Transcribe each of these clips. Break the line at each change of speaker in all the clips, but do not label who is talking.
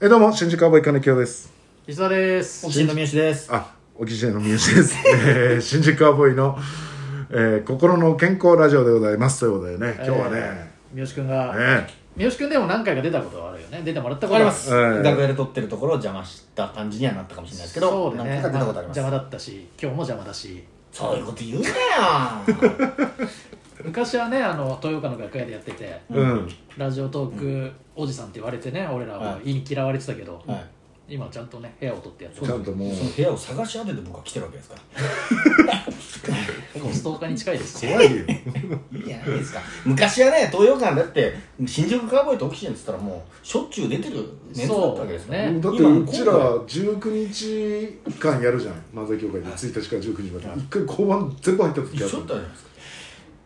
えどうも新宿アボイ金城です
石田です
オキシの三好です。
あおきじの三好です えー新宿アボイの、えー心の健康ラジオでございますということでね今日はね、
三好くんが、
ね
三好くんでも何回か出たことはあるよね出てもらった
わ
ことは
かります。
はい
楽屋で撮ってるところを邪魔した感じにはなったかもしれないですけ
そ
ど、
うで
なん
ね
か出たことあります
邪魔。だったし今日も邪魔だし
そういうこと言 うなよ。
昔はねあの豊岡の楽屋でやってて
うん
ラジオトークおじさんって言われてね、俺らは
は
言い嫌われてたけど、
はい。
今はちゃんとね部屋を取ってやって
ちゃんともう
その部屋を探し当てて僕は来てるわけですか
結構ストーカーに近いですし
怖いよ
ら。いいじゃないですか。昔はね、東洋館だって、新宿カーボーイとオキシエンって言ったらもう、しょっちゅう出てるメンツだったわけです
そ
よ
うね
だってうちら19日間やるじゃん漫才協会で1日から19日まで一回交番全部入った時
一
や
緒
った
だったじゃないですか。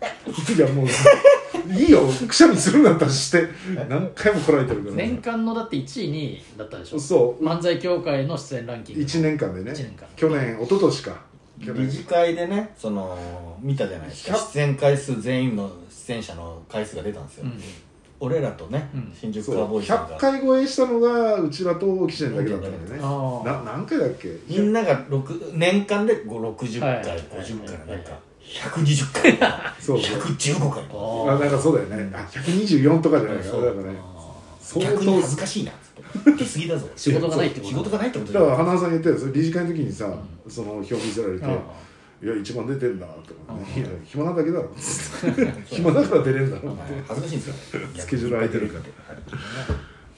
いやもういいよくしゃみするんだったらして何回も来られてるから
年間のだって1位2位だったでしょ
そう
漫才協会の出演ランキング
1年間でね
一年間
去年一昨年か去
理事
年
会でね、その、見たじゃないですか。出演回数全員の出演者の回数が出たんですよ。
うん
俺らとね
うん、
新宿
そ
カーボ
う
ーイさん
100
が、
回超えしたのがうちらとオキシエンだけだったんだよね
あ
な何回だっけ
みんなが6年間で5 60回、
はい
50回なん
は
か120回とか
そうそう
115回
あ
と
ー
あなんかそうだよねあ124とかじゃないか
そ
ら
う
だからね
か
相
逆に
当
恥ずかしいなっつって出過ぎだぞ
仕事がないってこと
仕事がないってこと
だから
だ
花輪さん言ったよそれ理事会の時にさその表見せられて
あ
いや一番出てんだとかね
あ
いや暇なだけだろ 暇だから出れるんだろ
恥ずかしいんですよ
スケジュール空いてるから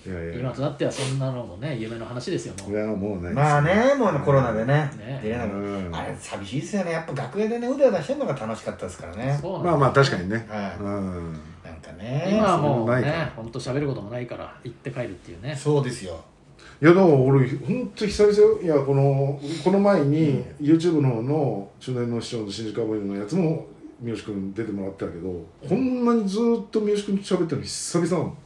いやい
今
や
となってはそんなのもね夢の話ですよもう
いやもうね
まあねもうコロナでね
ね
出れなく
うん
あれ寂しいですよねやっぱ楽屋でね腕を出してるのが楽しかったですからね
そうなんだ
まあまあ確かにね
はい
うん
なんかね
今は
そ
も
うれもないか
ね本当喋ることもないから行って帰るっていうね
そうですよ
いやだから俺本当久々よいやこのこの前に YouTube の方の中年の師匠の新宿アボイのやつも三好君出てもらったけどこんなにずーっと三好君と喋ってるの久々なの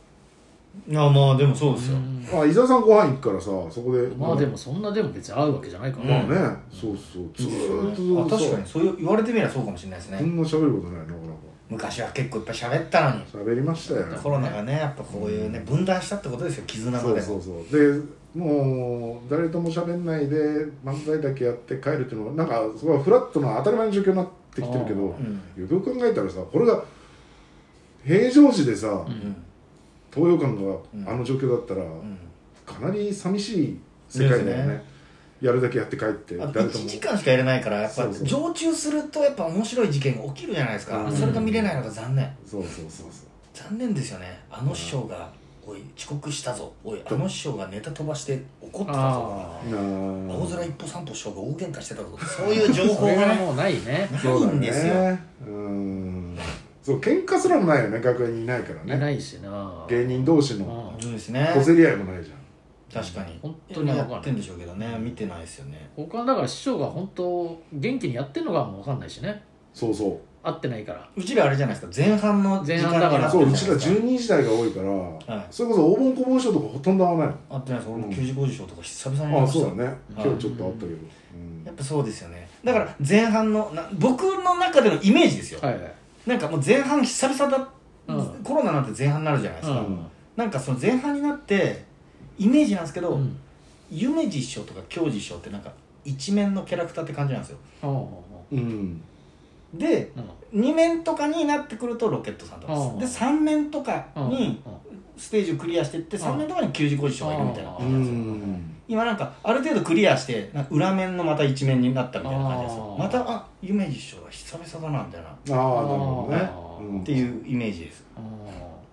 あまあでもそうです
う
よ
ん
あ伊沢さんご飯行くからさそこで
まあでもそんなでも別に会うわけじゃないから
まあ
ね
ねそうそうずーっとずー
あ
っと
確かにそう言われてみればそうかもしれないです
こ
ね
んな喋ることないなこ
昔は結構いっぱい喋ったのに
の子喋りましたよ
コロナがねやっぱこういうね分断したってことですよ絆まで
そうそうそうでもう誰とも喋んないで漫才だけやって帰るっていうのはなんかそこはフラットな当たり前の状況になってきてるけど
あ
よ
ー
うん
くよく考えたらさこれが平常時でさ、
うん
東洋館が
ん
あの状況だったら、
う
かなり寂しい世界だ
で
よ
す
ね
ね
やるだけやって帰って
んあと
誰と
1
も
時間しかやれないからやっ
そ
ぱ
うそう
常駐するとやっぱ面白い事件が起きるじゃないです
う
か
ん
それが見れないのが残念
そうそうそうそ
残念ですよねあの師匠が「おい遅刻したぞおいあの師匠がネタ飛ばして怒ってたぞ
あ
うなあ
青空一歩三歩師匠が大喧嘩してたぞ」そういう情
あ
報
それは
がね
もうないね
そう
な
だ
いんですよ
ねうんそう喧嘩すらもないよね楽屋にいないから
い
ね
ないしな
芸人同士
う
の
ん
そうですね
小競り合いもないじゃん
確かに
本当にわ
や
かんない
ってんでしょうけどね見てないですよね
他だから師匠が本当元気にやってんのかもわかんないしね
そうそう
会ってないから
うちらあれじゃないですか前半の時間
前半だから
になって
そう
る
う
じ
ち
ゃな
ら
いですか
12時台が多いから、
い
それこそ黄金小盆賞とかほとんど合わない
あってないです俺
うん
も90、50賞とか久々に
あ
やり
あ
まし
そ
た
うだね
は
今
い
日ちょっとあったけど、うん
やっぱそうですよねだから前半のな僕の中でのイメージですよ、
はいはい
なんかもう前半久々だ、
うん
コロナなんて前半になるじゃないですか、
うん
なんかその前半になってイメージなんですけど、
うん
夢実証とか京実証ってなんか一面のキャラクターって感じなんですよ
うんうん
うん
で
うん
2面とかになってくるとロケットさんとか
うん
ですで3面とか
うん
にステージをクリアしていって
うん
3面とかに90、50賞がいるみたいな
あ
う
感じなんですよ
ん
今なんかある程度クリアしてなんか裏面のまた一面になったみたいな感じです
あ
よ
ー
またあ夢実証は久々だなみたいなっ
ああなるほどね
あー
うん
ていうイメージです
う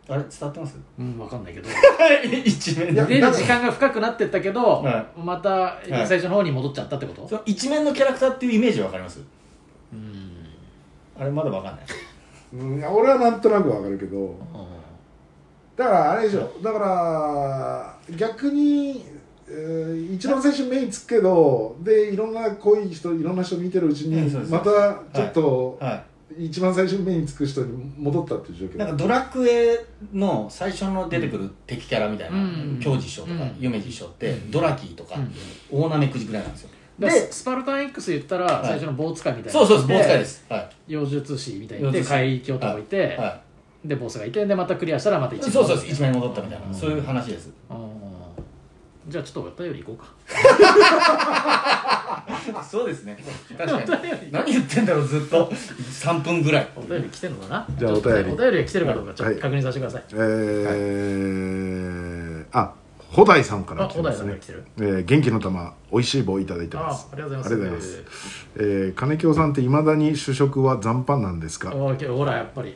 あれ伝わっ てます
んうんわかんないけど
一面
いや
出る時間が深くなってったけど
は
また
い
最初の方に戻っちゃったってこと
その一面のキャラクターっていうイメージわかります
うん
あれまだわかんない
うんいや俺はなんとなくわかるけど
う
だからあれでしょだから逆に、えー一番最初目につくけどでいろんな濃い人いろんな人見てるうち
う
に
んそうです
またちょっと
は
一番最初目につく人に戻ったっていう状
い
況
なんかドラクエの最初の出てくる敵キャラみたいな
うん
京実証とか
うん
夢実証ってドラキーとか
ん
大なめくじぐらいなんですよ
で
で
スパルタン X で言ったら、
い
最初の棒使いみたいな
そうそうですボス界ですすは
妖術師みたいにいて
妖術師
怪教徒もいて、
いは
でボスがいてでまたクリアしたらまた一
いそうそうです
一
一面戻ったみたいなそういう話です
あじゃあちょっとお便り行こう
そうですね
か
確かに
お便り
何言ってんだろうずっと3分ぐらい
お便り来てるのかな
じゃあ
ちょっとね
お便り
お便りが来てるかどうかちょっ
はい
と確認させてください、
えー、あ、ホダイさんから
あ、
来て
小
ま
田
す
さんが
ね
来。てる
えー、元気の玉、美味しい棒いただいてま
あ
す。
ありがとうご
ありが
ざい
とうご
ま
ざい
す
ますえー、金京さんっていまだに主食は残飯なんですか
おーけどほらやっぱり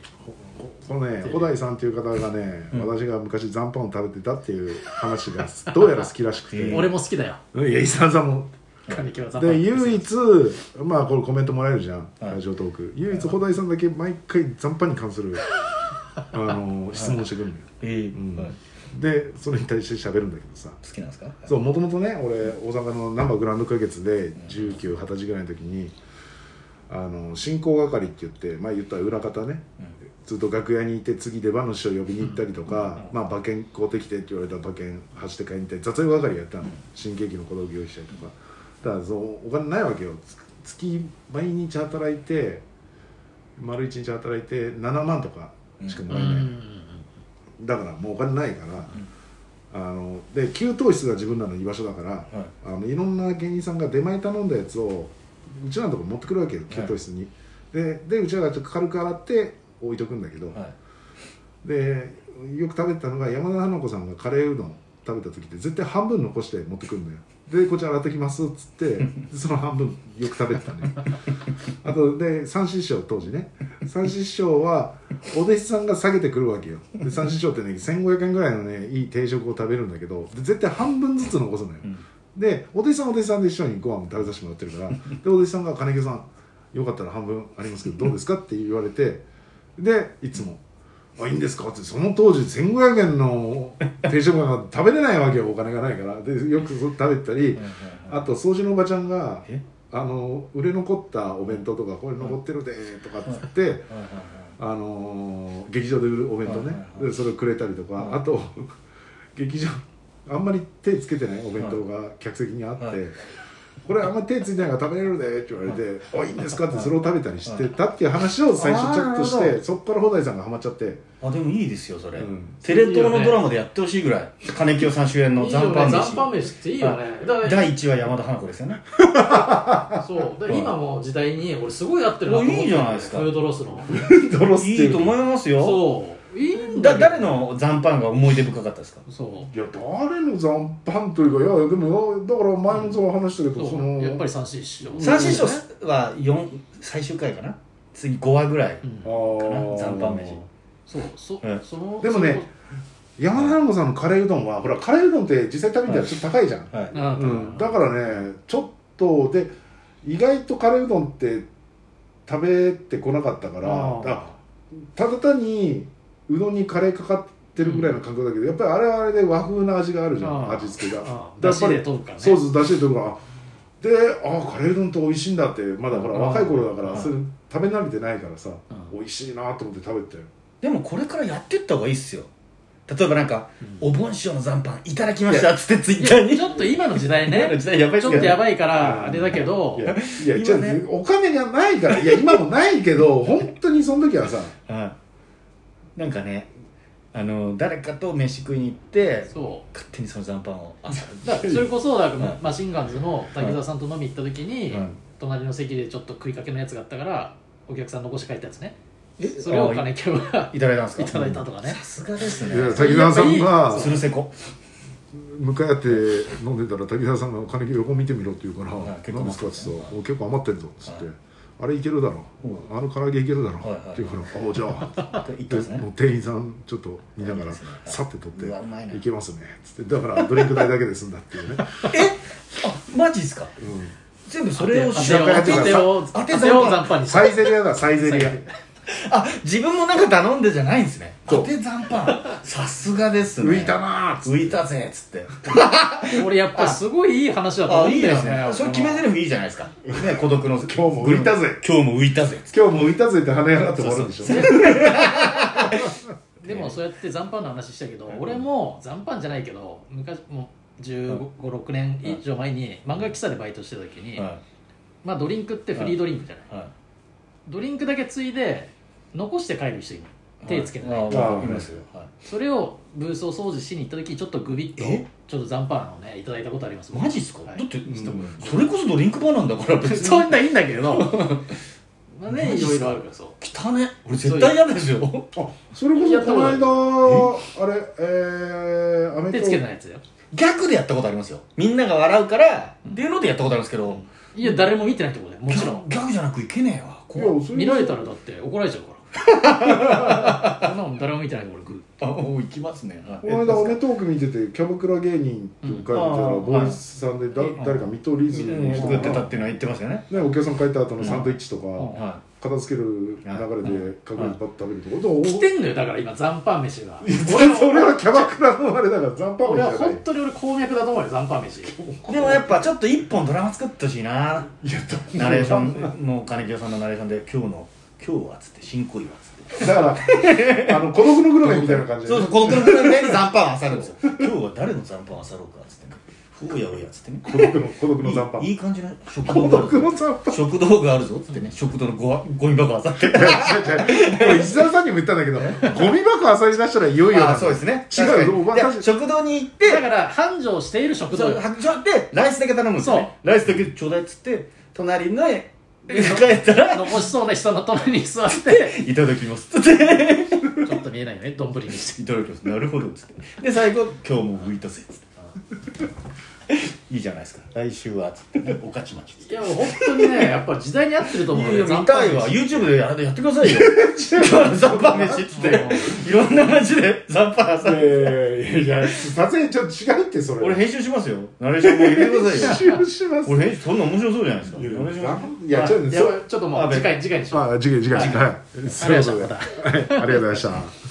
このね、ホダイさんっていう方がね、私が昔残飯を食べてたっていう話が、どうやら好きらし くて。
俺も好きだよ
いや、伊沢さんも。
神木はさ
で、唯一、まあ、これコメントもらえるじゃん、
はい
ラジオトーク。唯一、ホダイさんだけ毎回残飯に関する、あの、質問してくるのよ。
ええ
ん
はい
で、それに対して喋るんだけどさ。
好きなんですか
そうもともとね俺大阪の難波グランド花月で1920歳ぐらいの時にあの進行係って言ってまあ言ったら裏方ねずっと楽屋にいて次出番の師匠呼びに行ったりとか、まあ馬券買うてきてって言われたら馬券走って買いに行ったり雑用係やったの新喜劇の小道具用意したりとかだからそのお金ないわけよつ月毎日働いて丸一日働いて7万とかしかも
う
らえ
んう
ない、
ん
だからもうお金ないから、あので給湯室が自分らの居場所だから、あのいろんな芸人さんが出前頼んだやつをうちらのとこ持ってくるわけよ給湯室に、ででうちらがちょっと軽く洗って置いとくんだけど、
はい
でよく食べてたのが山田花子さんがカレーうどん食べた時って絶対半分残して持ってくるのよでこっち洗ってきますっつってでその半分よく食べてたね あとで三師匠当時ね三師匠はお弟子さんが下げてくるわけよで三師匠ってね1500円ぐらいのねいい定食を食べるんだけどで絶対半分ずつ残すのよ、
うん
でお弟子さんはお弟子さんで一緒にご飯も食べさせてもらってるからでお弟子さんが「金木さんよかったら半分ありますけどどうですか?」って言われてでいつも「あいいんですか?」ってその当時1500円の定食が食べれないわけよお金がないからでよく食べたり
はいはいはい
あと掃除のおばちゃんが
え
あの売れ残ったお弁当とかこれ残ってるでとかっつって。
はいはいはい
あのー劇場で売るお弁当ね、
はいはいはい
でそれをくれたりとか、
は
あ
い
と劇場あんまり手つけてないお弁当が客席にあって、
はい
これあんまり手ついてないから食べれるでって言われて「おいいんですか?」ってそれを食べたりしてたっていう話を最初ちょっとし
あーなるほ
てそこからホダイさんがハマっちゃって
あでもいいですよそれ、
うん
テレ東のドラマでやってほしいぐらい金清さん主演の
いい
残
よね
飯
残
飯
飯飯っていいよねだから
第1話山田花子ですよね
そうだから今も時代に俺すごい合ってるなと思って
おいいじゃないですか
フードロスの
ドロスって
い
い
いと
う
思いますよ
そういいんだ
だ
けど
誰の残飯が思い出深かったですか
そ
いや誰の残飯というかいやでもいやだから前もそう話したけ
う
ど、そ
そう
の
やっぱり三振師匠
三師匠
ね
は四最終回かな次5話ぐらい、
うん
あー
残飯飯
そうそ
うん
その
でもね山田花子さんのカレーうどんはほらカレーうどんって実際食べたらちょっと高いじゃん、
はい
そのあ
うん、だからねちょっとで意外とカレーうどんって食べてこなかったから
あー
あただ単にうどんにカレーかかってるぐらいの感覚だけどやっぱりあれはあれで和風な味があるじゃ
あ
ん
ー
味付けが
あ
だ
だ
から
し
や
で
っぱり
取るからね
ソース出してるとこがであーカレーうどんって美味しいんだってまだほら
うん
若い頃だから
うん
それ食べ慣れてないからさ
うん
美味しいなと思って食べてたよ
でもこれからやってった方がいいっすよ例えばなんか、
う
お盆師匠の残飯いただきましたっつってツイッター
いや
に
ちょっと今の時代
今
ね
の時代やばいっ
ち
す
ょっ
け
と
ど
やばいか
う
ら
ん
あれだけど
いやいや
今
じゃあ
ね
お金がないからいや今もないけ ど本当にその時はさ
はいなんかねあの誰かと飯食いに行って
そ
勝手にその残飯を朝
うだからそれこそだから
はい
マシンガンズの滝沢さんと飲み行った時に
はい
隣の席でちょっと食いかけのやつがあったからお客さん残して帰ったやつね
え
それを金木 はい
ただいたんですか
いただいたとかね
さすがです
いや
ね
滝沢さんが
するせこ
向かい合って飲んでたら滝沢さんが「金木横見てみろ」って言うから
はい
「
結構
何ですか?」っつって
はい
「お結構余ってんぞ」っつって
はい
「あれいけるだろ
う
あの唐揚げいけるだろ」
はいはい
って言うから「 あじゃあ」
行ったんですね
もう店員さんちょっと見なが
いい
ら
ですね
さって取って
うわうまいな
「いけますね」っつって「だからドリンク代だけで済んだ」っていうね
えあマジですか
うん
全部それを
当
知
て
ら
よう
なかっ
当
た
当
て
て
よう
当
当
て
てよう
残
残飯に
サイゼリアだサイゼリア
サイ
あ自分もなんか頼んでじゃないんですね
そう
当て残飯さすがですね
浮いたなーっつって
浮いたぜっつって
俺やっぱすごいいい話だと
あ
思
い
うん
い
だ
で
よ
すね
ね
それ決め台詞いいじゃないですかね孤独の今
今日も浮いたぜ
今日も浮いたぜ
今日も浮いたぜって跳ね上がって終わるんでしょ
でもそうやって残飯の話したけど俺も残飯じゃないけど昔もう1516年以上前に漫画喫茶でバイトしてた時に、
は
まあドリンクってフリードリンクじゃない、
いはい
ドリンクだけついで残して帰る人いる手つけてない、
ああわかりますよはい
それをブースを掃除しに行った時にちょっとグビッと
え
ちょっと残飯をねいただいたことあります僕
マジっすか、
はい
だって、
ん
それこそドリンクバーなんだから別
そ
に
んなんいいんだけど まあね
マ
い
ジっ
ろい
すか
ろあるからそう
汚ね俺絶対嫌ですよ
あそれこそ
やった
こ
こと
の
ない
間あれえー、アメ
手
と
つけないやつだよ
逆でやったことありますよみんなが笑うからっていうのでやったことあるんですけど、
いや誰も見てないところでもちろん
逆逆じゃなくいけねえわ
い
こ
や
う
それ
見られたらだって怒られちゃうからそんなもん誰も見てないところでグ
あもう行きますね
この間『アメトーーク』見ててキャバクラ芸人って書いてたら、
うんあー
ボイスさんでだ、
はい
誰か見取り図の人
送ってたっていうのは言ってましたよね、
ね、お客さん帰った後のサンドイッチとか、
ん
は
片付ける流れで角にパッと食べるとか、でも
ー来てんのよだから今残飯飯が
俺はそれはキャバクラのあれだから残飯飯
俺
じ
は
ゃない
本当に俺鉱脈だと思うよ残飯飯
い、でもやっぱちょっと一本ドラマ作ってほしいない
や
ナレーションもう金城さんのナレーションで今日の今日はっつって新恋はっつって
だからあの孤独のグルメみたいな感じで、
そうそう孤独のグルメに残飯をあさるんですよ今日は誰の残飯をあさろうかっつってねおやおやっつってね
孤独の孤独の残
いい
飯
いい感じの食
孤
堂がある
独
ぞ
の残飯
食堂があるぞっつってね食堂のごゴミ箱あさって
違う違うこれ石沢さんにも言ったんだけどゴミ箱あさり出したらいよいよ
あ
な
あ
の
そうですね
違う
確かに
お前
で
確かに
食堂に行って
だから繁盛している食堂
そう
よ
白鳥ってライスだけ頼むんですよ、ね、ライスだけちょうだいっつって隣の絵帰った ら
残しそうな人の隣に 座って
いただきますっつって
ちょっと見えないよね丼にして
いただきますなるほどっつってで最後今日も浮いたせっつっていいじゃないですか来週はっつっておかちまち
いやもう本当にねやっぱ時代に合ってると思うよ
見たいわ YouTube でややってくださ いよ残飯飯っつっていろんな街で残飯
い
さ
やいやいやいやさすがにちょっと違うってそれ
俺編集しますよナレーションも入れてくださいよ
集します
俺編集そんな面白そうじゃないですか
いや
ナレーション
いやちょっと
ち
それ
ょっともう次回次回にしよう
まあ次回次回はい、そういうことで、はい、ありがとうございました